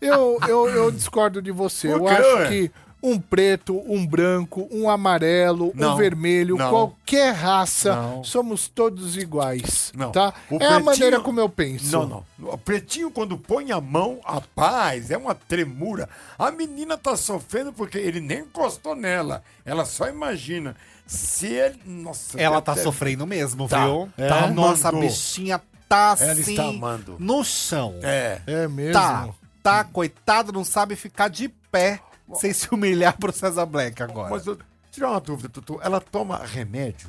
Speaker 4: eu, eu, eu discordo de você.
Speaker 3: Por
Speaker 4: Eu
Speaker 3: quê?
Speaker 4: acho que um preto, um branco, um amarelo, um
Speaker 3: Não,
Speaker 4: vermelho,
Speaker 3: não.
Speaker 4: qualquer raça,
Speaker 3: Não.
Speaker 4: somos todos iguais.
Speaker 3: Não.
Speaker 4: Tá? é
Speaker 3: O
Speaker 4: a
Speaker 3: pretinho-
Speaker 4: maneira como eu penso.
Speaker 3: Não, não. O pretinho quando põe a mão, rapaz, é uma tremura. A menina tá sofrendo porque ele nem encostou nela. Ela só imagina. Se ele. Nossa,
Speaker 5: Ela
Speaker 3: eu
Speaker 5: tá
Speaker 3: até-
Speaker 5: sofrendo mesmo,
Speaker 3: Tá.
Speaker 5: viu?
Speaker 3: É?
Speaker 5: Tá, nossa, a
Speaker 3: Amando.
Speaker 5: bichinha tá
Speaker 3: Ela
Speaker 5: assim
Speaker 3: está amando.
Speaker 5: no chão.
Speaker 3: É.
Speaker 4: É mesmo?
Speaker 5: Tá, tá, coitado, não sabe ficar de pé sem se humilhar pro César Black agora.
Speaker 3: Mas eu tirar uma dúvida, Tutu. Ela toma remédio?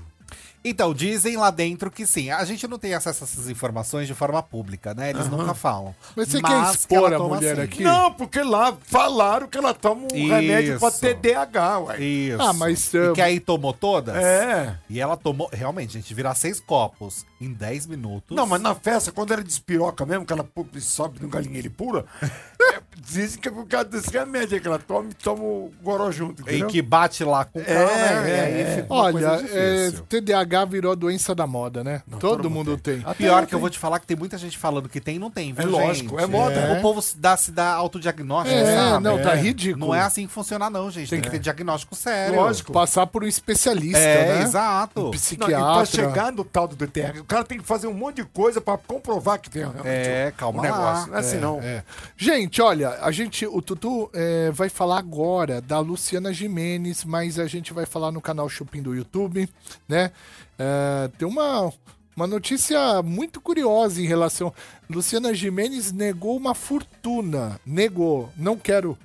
Speaker 5: Então, dizem lá dentro que sim. A gente não tem acesso a essas informações de forma pública, né? Eles nunca falam.
Speaker 4: Mas você
Speaker 5: que
Speaker 4: quer expor
Speaker 5: ela
Speaker 4: a
Speaker 5: toma assim.
Speaker 4: mulher
Speaker 5: sim.
Speaker 4: aqui?
Speaker 3: Não, porque lá falaram que ela toma um remédio pra
Speaker 5: Isso.
Speaker 3: TDAH, uai.
Speaker 5: Isso.
Speaker 4: Ah, mas,
Speaker 5: E
Speaker 4: ah,
Speaker 5: que aí tomou todas?
Speaker 3: É.
Speaker 5: E ela tomou, realmente, gente, virar seis copos em 10 minutos.
Speaker 3: Não, mas na festa, quando era despiroca mesmo, que ela pu- sobe no galinheiro e pula, é,
Speaker 4: Dizem que é por causa desse remédio que ela toma e toma o goró junto.
Speaker 5: E
Speaker 4: entendeu?
Speaker 5: que bate lá com o carro,
Speaker 4: É,
Speaker 5: né?
Speaker 4: é,
Speaker 5: E aí
Speaker 4: é.
Speaker 5: fica uma
Speaker 3: Olha,
Speaker 5: coisa
Speaker 3: é,
Speaker 5: difícil.
Speaker 3: TDAH virou doença da moda, né? todo, mundo tem.
Speaker 4: Ah,
Speaker 5: A pior que eu vou te falar que tem muita gente falando que tem e não tem, viu,
Speaker 4: É lógico,
Speaker 5: gente?
Speaker 4: é moda.
Speaker 5: O povo se dá, se dá autodiagnóstico,
Speaker 3: É,
Speaker 5: sabe?
Speaker 3: não, tá ridículo.
Speaker 5: Não é assim que funciona não, gente. Tem que ter diagnóstico sério.
Speaker 3: Lógico. Passar por um especialista,
Speaker 5: É,
Speaker 3: né?
Speaker 5: exato.
Speaker 4: Não,
Speaker 3: Psiquiatra.
Speaker 4: e pra chegar no tal do DTR, o cara tem que fazer um monte de coisa pra comprovar que tem realmente
Speaker 5: É,
Speaker 4: o-
Speaker 5: calma
Speaker 4: o negócio.
Speaker 5: lá.
Speaker 4: Não é assim,
Speaker 5: É,
Speaker 4: não.
Speaker 3: É. Gente, olha, a gente, o Tutu é, vai falar agora da Luciana Jimenez, mas a gente vai falar no canal Chupim do YouTube, né? É, tem uma, uma notícia muito curiosa em relação. Luciana Jimenez negou uma fortuna. Negou. Não quero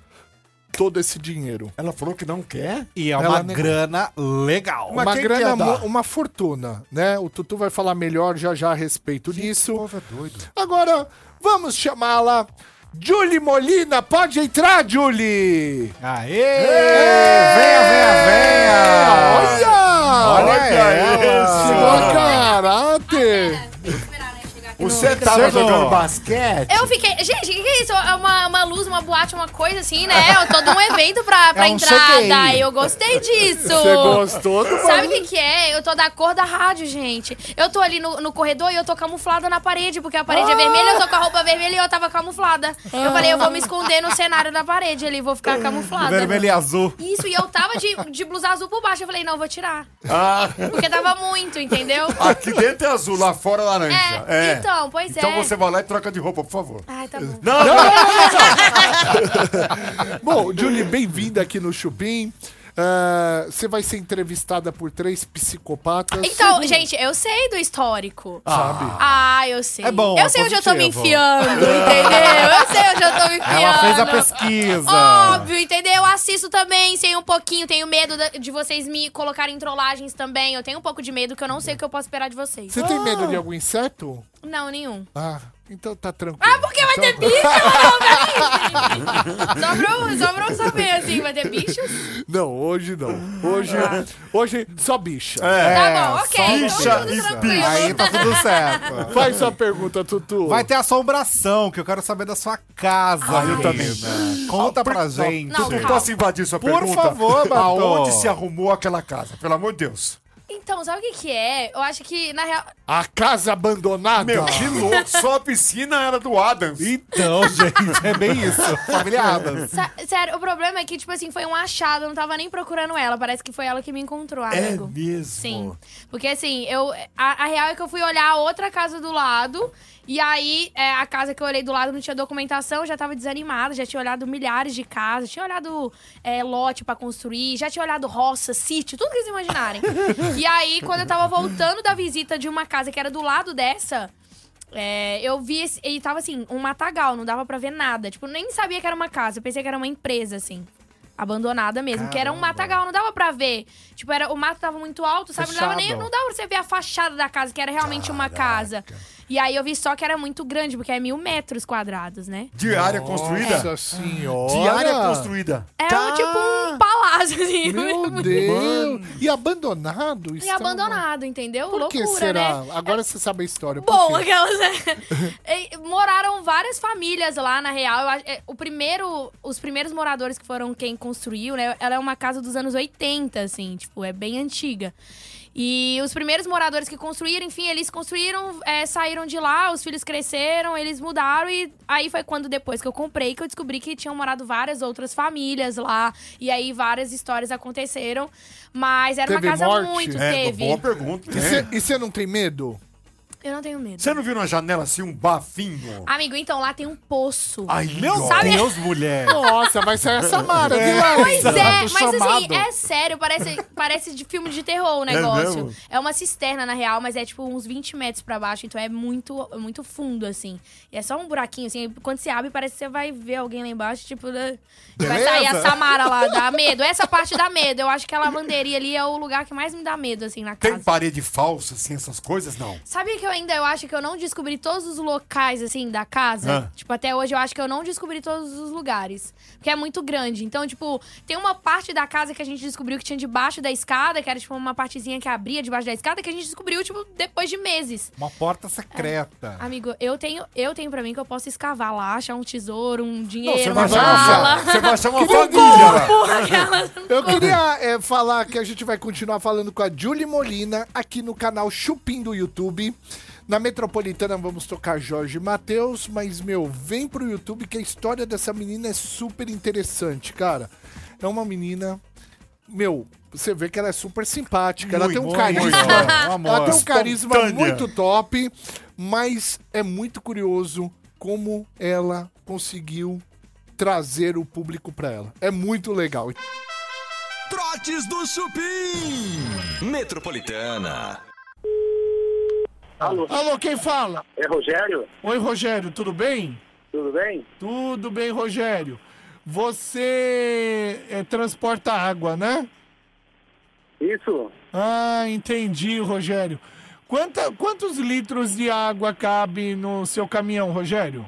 Speaker 3: todo esse dinheiro.
Speaker 4: Ela falou que não quer?
Speaker 5: E é uma
Speaker 3: Ela-
Speaker 5: grana legal.
Speaker 4: Mas
Speaker 3: uma
Speaker 4: quem
Speaker 3: grana,
Speaker 4: quer dar?
Speaker 3: mu- uma fortuna, né? O Tutu vai falar melhor já já a respeito disso.
Speaker 4: povo é doido.
Speaker 3: Agora, vamos chamá-la. Julie Molina, pode entrar, Julie!
Speaker 5: Aê! Venha, venha, venha!
Speaker 3: Olha!
Speaker 5: Olha
Speaker 3: Olha,
Speaker 5: ela!
Speaker 3: caráter!
Speaker 4: Você tava
Speaker 5: Chegou.
Speaker 4: jogando basquete?
Speaker 8: Eu fiquei. Gente, o que, que é isso? É uma, uma luz, uma boate, uma coisa assim, né? É todo um evento pra, pra
Speaker 5: É um
Speaker 8: entrada.
Speaker 5: CTI.
Speaker 8: Eu gostei disso.
Speaker 3: Você gostou do
Speaker 8: Sabe o que, que é? Eu tô da cor da rádio, gente. Eu tô ali no, no corredor e eu tô camuflada na parede, porque a parede é vermelha, eu tô com a roupa vermelha e eu tava camuflada. Eu falei, eu vou me esconder no cenário da parede ali, vou ficar camuflada.
Speaker 5: Vermelho e azul.
Speaker 8: Isso, Tá e eu tava de, de blusa azul por baixo. Eu falei, não, eu vou tirar.
Speaker 4: Ah.
Speaker 8: Porque tava muito, entendeu?
Speaker 4: Aqui dentro é azul, lá fora é laranja.
Speaker 8: É, então, pois é.
Speaker 4: Então você vai lá e troca de roupa, por favor.
Speaker 5: Ah,
Speaker 8: Ai, tá bom.
Speaker 3: Bom, Julie, bem-vinda aqui no Chupim. Ah, Você vai ser entrevistada por três psicopatas.
Speaker 8: Então, gente, eu sei do histórico.
Speaker 3: Sabe?
Speaker 8: Ah, eu sei.
Speaker 5: É bom,
Speaker 8: Eu sei onde eu tô me
Speaker 5: positivo.
Speaker 8: enfiando, entendeu? Eu sei onde eu tô me enfiando.
Speaker 5: Ela fez a pesquisa.
Speaker 8: Óbvio, entendeu? Eu assisto também, sei um pouquinho. Tenho medo da- de vocês me colocarem em trollagens também. Eu tenho um pouco de medo, que eu não sei o que eu posso esperar de vocês.
Speaker 3: Você tem medo de algum inseto?
Speaker 8: Não, nenhum.
Speaker 3: Ah, então tá tranquilo.
Speaker 8: Ah, porque vai ter bicho, mano, pra mim. Só pra, eu- só pra eu saber, assim, vai ter bichos?
Speaker 3: Não, hoje não.
Speaker 4: Ah.
Speaker 3: Hoje, hoje só bicha.
Speaker 4: É.
Speaker 8: tá bom, ok.
Speaker 4: bicha
Speaker 8: Então,
Speaker 4: e
Speaker 8: tudo tranquilo.
Speaker 5: Aí tá tudo certo.
Speaker 3: Faz sua pergunta, Tutu.
Speaker 5: Vai ter assombração, que eu quero saber da sua casa. eu
Speaker 4: Ah, também.
Speaker 5: Conta
Speaker 4: Por-
Speaker 5: pra
Speaker 4: não,
Speaker 5: gente.
Speaker 8: Não,
Speaker 4: Tu não
Speaker 8: calma.
Speaker 3: assim,
Speaker 4: posso invadir sua
Speaker 5: Por
Speaker 4: pergunta?
Speaker 5: favor, Bartô.
Speaker 4: Aonde se arrumou aquela casa? Pelo amor de Deus.
Speaker 8: Então, sabe o que que é? Eu acho que, na real...
Speaker 3: A casa abandonada.
Speaker 4: Meu, que louco. Só a piscina era do Adams.
Speaker 5: Então, gente, é bem isso. Familiadas.
Speaker 8: Sa- Sério, o problema é que, tipo assim, foi um achado, eu não tava nem procurando ela. Parece que foi ela que me encontrou, amigo.
Speaker 4: mesmo.
Speaker 8: Sim. Porque assim, eu. A, a real é que eu fui olhar a outra casa do lado. E aí, é, a casa que eu olhei do lado não tinha documentação, eu já tava desanimada, já tinha olhado milhares de casas, tinha olhado é, lote pra construir, já tinha olhado roça, sítio, tudo que vocês imaginarem. e aí, quando eu tava voltando da visita de uma casa que era do lado dessa, é, eu vi esse, e tava assim, um matagal, não dava pra ver nada. Tipo, nem sabia que era uma casa, eu pensei que era uma empresa, assim. Abandonada mesmo, que era um matagal, não dava pra ver. Tipo, era, o mato tava muito alto, sabe? Não dava, nem,
Speaker 5: Fechado.
Speaker 8: não dava pra você ver a fachada da casa, que era realmente uma casa. E aí eu vi só que era muito grande, porque é mil metros quadrados, né?
Speaker 4: De área construída?
Speaker 3: Nossa senhora.
Speaker 4: De área construída.
Speaker 8: É um, tipo um palácio, assim.
Speaker 3: Tá. Meu Deus. E abandonado?
Speaker 8: E abandonado, entendeu?
Speaker 3: Por
Speaker 8: Loucura,
Speaker 3: que será?
Speaker 8: né?
Speaker 3: Agora você sabe a história. por
Speaker 8: Bom,
Speaker 3: quê?
Speaker 8: aquelas. é. E Moraram várias famílias lá, na real. Eu acho- é, O primeiro, os primeiros moradores que foram quem construiu, né? Ela é uma casa dos anos 80, assim, tipo, é bem antiga. E os primeiros moradores que construíram, enfim, eles construíram, é, saíram de lá, os filhos cresceram, eles mudaram e aí foi quando depois que eu comprei que eu descobri que tinham morado várias outras famílias lá e aí várias histórias aconteceram, mas era
Speaker 3: Teve
Speaker 8: uma casa
Speaker 3: morte?
Speaker 8: muito
Speaker 4: É,
Speaker 8: teve.
Speaker 4: boa pergunta.
Speaker 3: E
Speaker 4: né?
Speaker 3: cê- E você não tem medo?
Speaker 8: Eu não tenho medo.
Speaker 4: Você não viu na janela assim um bafinho? Ah,
Speaker 8: Amigo, então lá tem um poço.
Speaker 4: Ai, meu
Speaker 8: Sabe-
Speaker 5: Deus, mulher.
Speaker 3: Nossa, é vai sair a Samara de lá.
Speaker 8: Pois
Speaker 4: um
Speaker 8: é, mas assim,
Speaker 5: chamado.
Speaker 8: é sério, parece, parece de filme de terror o negócio.
Speaker 4: mesmo?
Speaker 8: É, uma cisterna, na real, mas é tipo uns 20 metros pra baixo, então é muito, muito fundo, assim. E é só um buraquinho, assim, quando você abre, parece que você vai ver alguém lá embaixo, tipo, né? vai sair a Samara lá, dá medo. Essa parte dá medo, eu acho que a lavanderia ali é o lugar que mais me dá medo, assim, na
Speaker 4: Tem
Speaker 8: casa.
Speaker 4: parede falsa, assim, essas coisas? Não.
Speaker 8: Sabe que eu ainda, eu acho que eu não descobri todos os locais, assim, da casa. Tipo, até hoje eu acho que eu não descobri todos os lugares. Porque é muito grande. Então, tipo, tem uma parte da casa que a gente descobriu que tinha debaixo da escada, que era, tipo, uma partezinha que abria debaixo da escada, que a gente descobriu, tipo, depois de meses.
Speaker 5: Uma porta secreta.
Speaker 8: Amigo, eu tenho, eu tenho pra mim que eu posso escavar lá, achar um tesouro, um
Speaker 4: Não, você
Speaker 8: dinheiro,
Speaker 4: vai
Speaker 8: uma
Speaker 4: achar
Speaker 8: bala.
Speaker 4: uma, fa- você vai achar uma família lá.
Speaker 3: Eu queria é, falar que a gente vai continuar falando com a Julie Molina aqui no canal Chupim do YouTube. Na Metropolitana vamos tocar Jorge Matheus, mas, meu, vem pro YouTube que a história dessa menina é super interessante, cara. É uma menina, meu, você vê que ela é super simpática, ela tem um
Speaker 5: muito,
Speaker 3: carisma,
Speaker 5: um amor.
Speaker 3: ela tem um carisma
Speaker 4: Espontânea.
Speaker 3: muito top, mas é muito curioso como ela conseguiu trazer o público pra ela. É muito legal.
Speaker 1: Trotes do Chupim. Metropolitana.
Speaker 9: Alô,
Speaker 3: Alô, quem fala?
Speaker 9: é Rogério?
Speaker 3: Oi, Rogério, tudo bem?
Speaker 9: Tudo bem?
Speaker 3: Tudo bem, Rogério. Você é, transporta água, né?
Speaker 9: Isso?
Speaker 3: Ah, entendi, Rogério. Quanta- quantos litros de água cabe no seu caminhão, Rogério?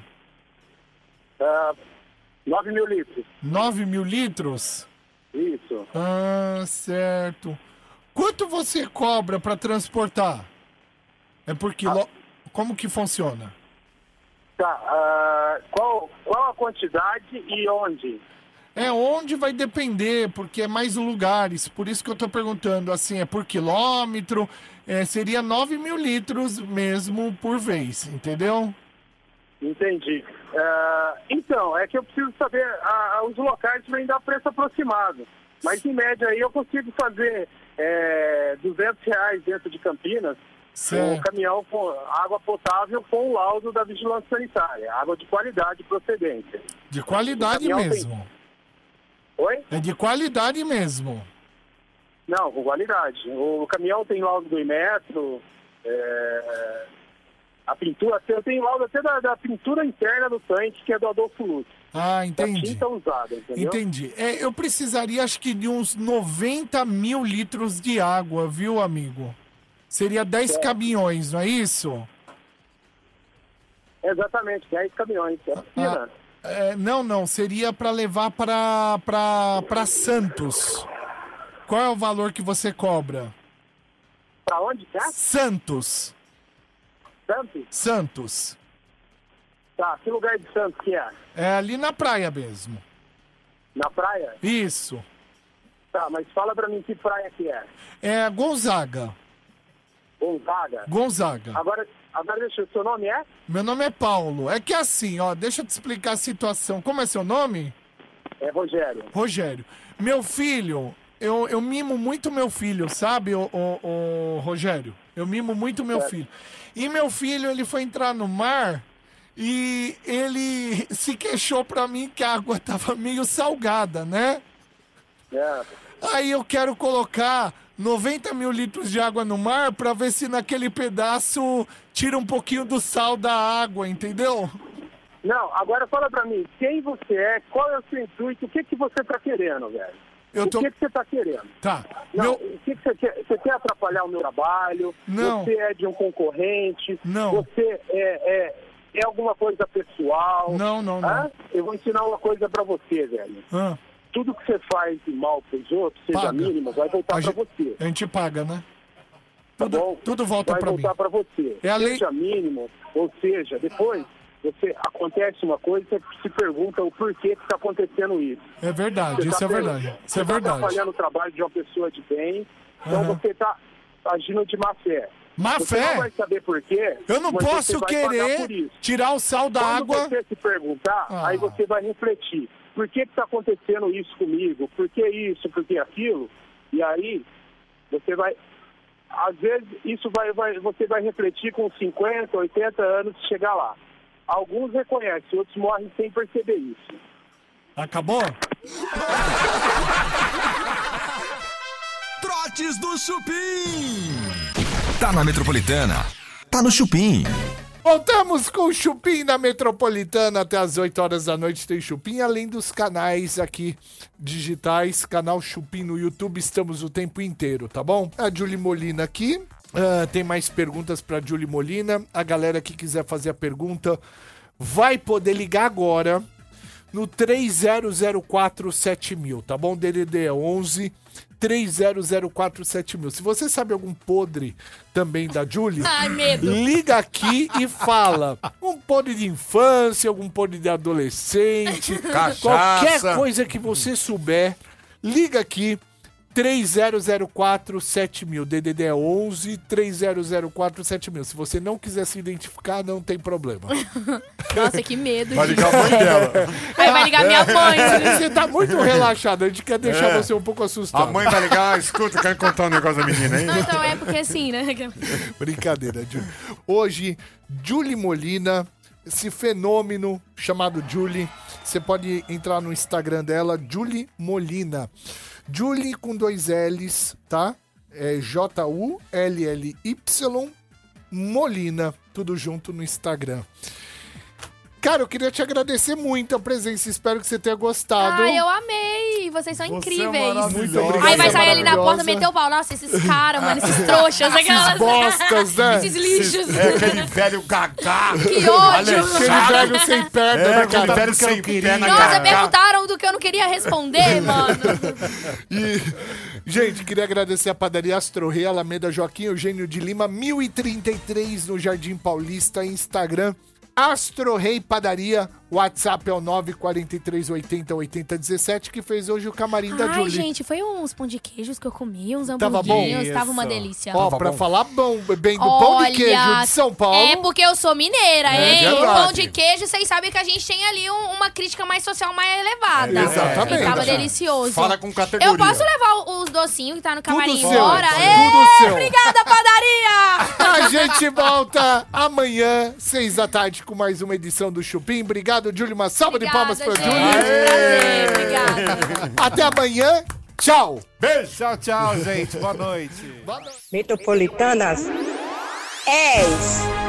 Speaker 9: 9 mil litros.
Speaker 3: 9 mil litros?
Speaker 9: Isso.
Speaker 3: Ah, certo. Quanto você cobra para transportar? É porque. lo- Como que funciona?
Speaker 9: Tá, ah, qual, qual a quantidade e onde?
Speaker 3: É onde vai depender, porque é mais lugares. Por isso que eu tô perguntando, assim, é por quilômetro? É, seria 9 mil litros mesmo por vez, entendeu?
Speaker 9: Entendi. Ah, então, é que eu preciso saber ah, os locais vêm dar preço aproximado. Mas em média aí eu consigo fazer eh, 200 reais dentro de Campinas um
Speaker 3: Certo.
Speaker 9: caminhão com água potável com o laudo da vigilância sanitária, água de qualidade e procedência.
Speaker 3: De qualidade
Speaker 9: Caminhão tem-
Speaker 3: mesmo.
Speaker 9: Oi?
Speaker 3: É de qualidade mesmo.
Speaker 9: Não, com qualidade. O caminhão tem laudo do Imetro, é, a pintura, tem- tem laudo até da, da pintura interna do tanque, que é do Adolfo Lutz.
Speaker 3: Ah,
Speaker 9: Da
Speaker 3: entendi.
Speaker 9: tinta usada, entendeu?
Speaker 3: Entendi. É, eu precisaria, acho que, de uns 90 mil litros de água, viu, amigo? Seria 10 caminhões, não é isso?
Speaker 9: Exatamente, 10 caminhões.
Speaker 3: Ah.
Speaker 9: É piscina.
Speaker 3: É, não, não. Seria pra levar pra pra pra Santos. Qual é o valor que você cobra?
Speaker 9: Pra onde tá?
Speaker 3: Santos.
Speaker 9: Santos?
Speaker 3: Santos.
Speaker 9: Tá, que lugar de Santos que é?
Speaker 3: É ali na praia mesmo.
Speaker 9: Na praia?
Speaker 3: Isso.
Speaker 9: Tá, mas fala pra mim que praia que é.
Speaker 3: É Gonzaga.
Speaker 9: Gonzaga?
Speaker 3: Gonzaga.
Speaker 9: Agora, agora deixa eu... Seu nome é?
Speaker 3: Meu nome é Paulo. É que assim, ó, deixa eu te explicar a situação. Como é seu nome?
Speaker 9: É Rogério.
Speaker 3: Rogério. Meu filho, eu, eu mimo muito meu filho, sabe, o, o, o Rogério? Eu mimo muito meu
Speaker 9: É.
Speaker 3: filho. E meu filho, ele foi entrar no mar e ele se queixou pra mim que a água tava meio salgada, né?
Speaker 9: É.
Speaker 3: Aí eu quero colocar 90 mil litros de água no mar pra ver se naquele pedaço tira um pouquinho do sal da água, entendeu?
Speaker 9: Não, agora fala pra mim, quem você é, qual é o seu intuito, o que, que você tá querendo, velho?
Speaker 3: Eu tô.
Speaker 9: O que, que você tá querendo?
Speaker 3: Tá.
Speaker 9: Não,
Speaker 3: Meu-
Speaker 9: o que, que você quer? Você quer atrapalhar o meu trabalho?
Speaker 3: Não.
Speaker 9: Você é de um concorrente?
Speaker 3: Não.
Speaker 9: Você é, é, é alguma coisa pessoal?
Speaker 3: Não, não, não.
Speaker 9: Hã? Eu vou ensinar uma coisa pra você, velho.
Speaker 3: Ah,
Speaker 9: Tudo que você faz de mal pros outros, seja
Speaker 3: Paga.
Speaker 9: mínimo, vai voltar
Speaker 3: a
Speaker 9: pra
Speaker 3: gente-
Speaker 9: você.
Speaker 3: a gente paga, né?
Speaker 9: Tá
Speaker 3: Tudo-
Speaker 9: bom? tá
Speaker 3: tudo volta
Speaker 9: Vai
Speaker 3: pra mim.
Speaker 9: voltar pra você.
Speaker 3: É a lei-
Speaker 9: Seja mínimo, ou seja, depois você acontece uma coisa, você se pergunta o porquê que está acontecendo isso.
Speaker 3: É verdade,
Speaker 9: Você
Speaker 3: isso
Speaker 9: tá
Speaker 3: é
Speaker 9: tendo-
Speaker 3: verdade. Isso é
Speaker 9: Você está
Speaker 3: verdade.
Speaker 9: atrapalhando o trabalho de uma pessoa de bem, então
Speaker 3: Aham.
Speaker 9: você está agindo de má fé.
Speaker 3: Má
Speaker 9: você
Speaker 3: fé?
Speaker 9: não vai saber porquê.
Speaker 3: Eu não
Speaker 9: mas você
Speaker 3: posso
Speaker 9: vai pagar
Speaker 3: querer
Speaker 9: por isso.
Speaker 3: tirar o sal da
Speaker 9: Quando
Speaker 3: água.
Speaker 9: você se perguntar,
Speaker 3: Ah.
Speaker 9: aí você vai refletir. Por que está acontecendo isso comigo? Por que isso? Por que aquilo? E aí você vai... Às vezes isso vai, vai- você vai refletir com 50, 80 anos chegar lá. Alguns reconhecem, outros morrem sem perceber isso.
Speaker 3: Acabou?
Speaker 1: Trotes do Chupim. Tá na Metropolitana. Tá no Chupim.
Speaker 3: Voltamos com o Chupim na Metropolitana até as 8 horas da noite tem Chupim, além dos canais aqui digitais, canal Chupim no YouTube, estamos o tempo inteiro, tá bom? A Julie Molina aqui, Ah, tem mais perguntas para Julie Molina. A galera que quiser fazer a pergunta vai poder ligar agora no 30047000, tá bom? DDD é 11 30047000. Se você sabe algum podre também da Julie,
Speaker 8: Ai, medo.
Speaker 3: liga aqui e fala. Um podre de infância, algum podre de adolescente,
Speaker 5: Cachaça.
Speaker 3: qualquer coisa que você souber, liga aqui. 30047000, DDD é 11 30047000. Se você não quiser se identificar, não tem problema.
Speaker 8: Nossa, que medo.
Speaker 4: Vai
Speaker 8: gente.
Speaker 4: ligar a mãe dela. É.
Speaker 8: Aí vai ligar minha mãe.
Speaker 3: Você tá muito relaxado, a gente quer deixar você um pouco
Speaker 4: A
Speaker 3: assustado.
Speaker 4: mãe vai ligar, "Ah, escuta, quero contar um negócio da menina, hein?
Speaker 8: Não, então é porque assim, né?
Speaker 3: Brincadeira, Julie. Hoje, Julie Molina, esse fenômeno chamado Julie. Você pode entrar no Instagram dela, Julie Molina. Julie com dois L's, tá? É J-U-L-L-Y Molina. Tudo junto no Instagram. Cara, eu queria te agradecer muito a presença. Espero que você tenha
Speaker 4: Tá
Speaker 3: gostado.
Speaker 8: Ai, Ah, eu amei. Vocês
Speaker 4: é
Speaker 8: são incríveis.
Speaker 4: Muito
Speaker 3: obrigado.
Speaker 8: Aí
Speaker 3: Você
Speaker 8: vai
Speaker 3: é
Speaker 8: sair ali na porta,
Speaker 3: maravilhosa.
Speaker 8: meteu o pau. Nossa, esses caras, mano, esses trouxas, aquelas.
Speaker 3: Bostas, né?
Speaker 8: Esses lixos.
Speaker 4: É aquele velho gagá.
Speaker 8: Que ódio.
Speaker 3: Aquele velho sem perna,
Speaker 4: É,
Speaker 3: né,
Speaker 4: aquele
Speaker 3: cara?
Speaker 4: velho sem pé na
Speaker 8: Nossa,
Speaker 4: gagá.
Speaker 8: perguntaram do que eu não queria responder, mano.
Speaker 3: E, gente, queria agradecer a padaria Astro Rei, Alameda Joaquim Eugênio de Lima, 1033 no Jardim Paulista, Instagram. Astro Rei Padaria, WhatsApp é o 943808017, que fez hoje o camarim da
Speaker 8: Ai,
Speaker 3: Julie.
Speaker 8: gente, foi uns pão de queijos que eu comi, uns
Speaker 3: Tava bom?
Speaker 8: hamburguinhos. Tava uma delícia.
Speaker 3: Ó, pra falar bom, bem do pão de queijo de São Paulo. É
Speaker 8: É porque eu sou mineira, hein? E
Speaker 4: verdade.
Speaker 8: pão de queijo, vocês sabem que a gente tem ali um- uma crítica mais social mais elevada.
Speaker 3: É, exatamente.
Speaker 8: E tava delicioso.
Speaker 4: Fala com categoria.
Speaker 8: eu posso levar o- os docinhos que tá no camarim
Speaker 3: seu,
Speaker 8: embora?
Speaker 3: tudo
Speaker 8: É,
Speaker 3: seu.
Speaker 8: Obrigada, padaria!
Speaker 3: A gente volta amanhã, seis da tarde, com mais uma edição do Chupim. Obrigado, Júlio. Uma salva de palmas pra
Speaker 8: gente.
Speaker 3: Júlio.
Speaker 8: Prazer, obrigada.
Speaker 3: Até amanhã. Tchau.
Speaker 4: Beijo.
Speaker 5: Tchau, tchau, gente. Boa noite.
Speaker 10: Metropolitanas 10.